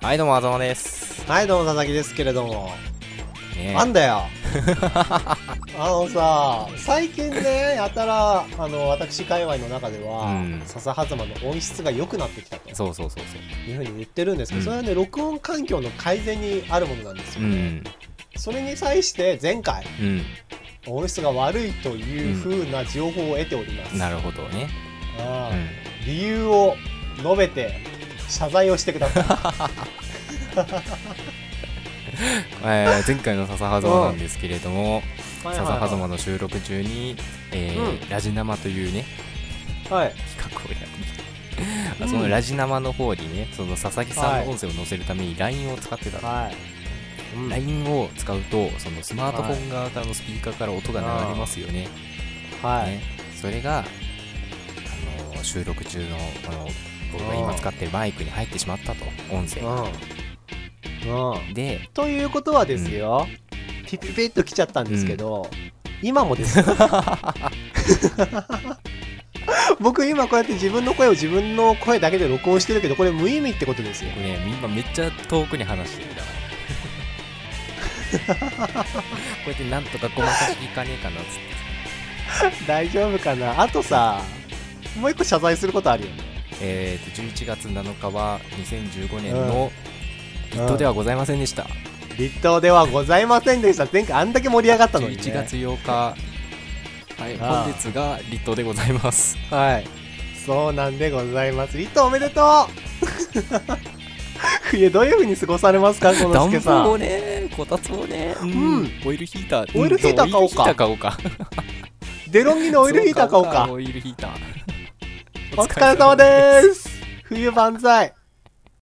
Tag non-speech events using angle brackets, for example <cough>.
はい、どうも、あざまです。はい、どうも、佐々木ですけれども。ねなんだ <laughs> よ。あのさ、最近ね、やたら、あの、私界隈の中では、うん笹狭間の音質が良くなってきたとそうそうそういうふうに言ってるんですけど、うんそれはね、録音環境の改善にあるものなんですそう。うよ。ん。それに際して、前回、うん。音質が悪いというふうな情報を得ております。なるほどね。あうあん。理由を述べて、謝罪をしてください。えー、前回の笹狭間なんですけれども、 <laughs> 笹狭間の収録中に、えーうラジ生というね、はい。企画をやって、うんそのラジ生の方にね、その佐々木さんの音声を載せるために LINE を使ってたの。はい。うん、 LINE を使うと、そのスマートフォン側からのスピーカーから音が流れますよね。はい。ね、それが、あの収録中のこの僕が今使ってるマイクに入ってしまったと音声うん。うん。でということはですよ、ピピピッと来ちゃったんですけど、今 <laughs> もですよ僕今こうやって自分の声を自分の声だけで録音してるけどこれ無意味ってことですよ僕ね今めっちゃ遠くに話してるから <laughs> こうやってなんとかごまかしいかねえかなっつって大丈夫かなあとさもう一個謝罪することあるよねえー、と11月7日は2015年の「一等ではございませんでした、立冬ではございませんでした前回あんだけ盛り上がったのに、ね、 11月8日はいああ本日が立冬でございますはいそうなんでございます立冬おめでとう冬どう <laughs> いうふうに過ごされますかこの暖すけさん房をねこたつをねうんオイルヒーターオイルヒーター買おうオイルヒかーター買おうかデロンギのオイルヒーター買おうかオイルヒーター。お疲れ様です冬万歳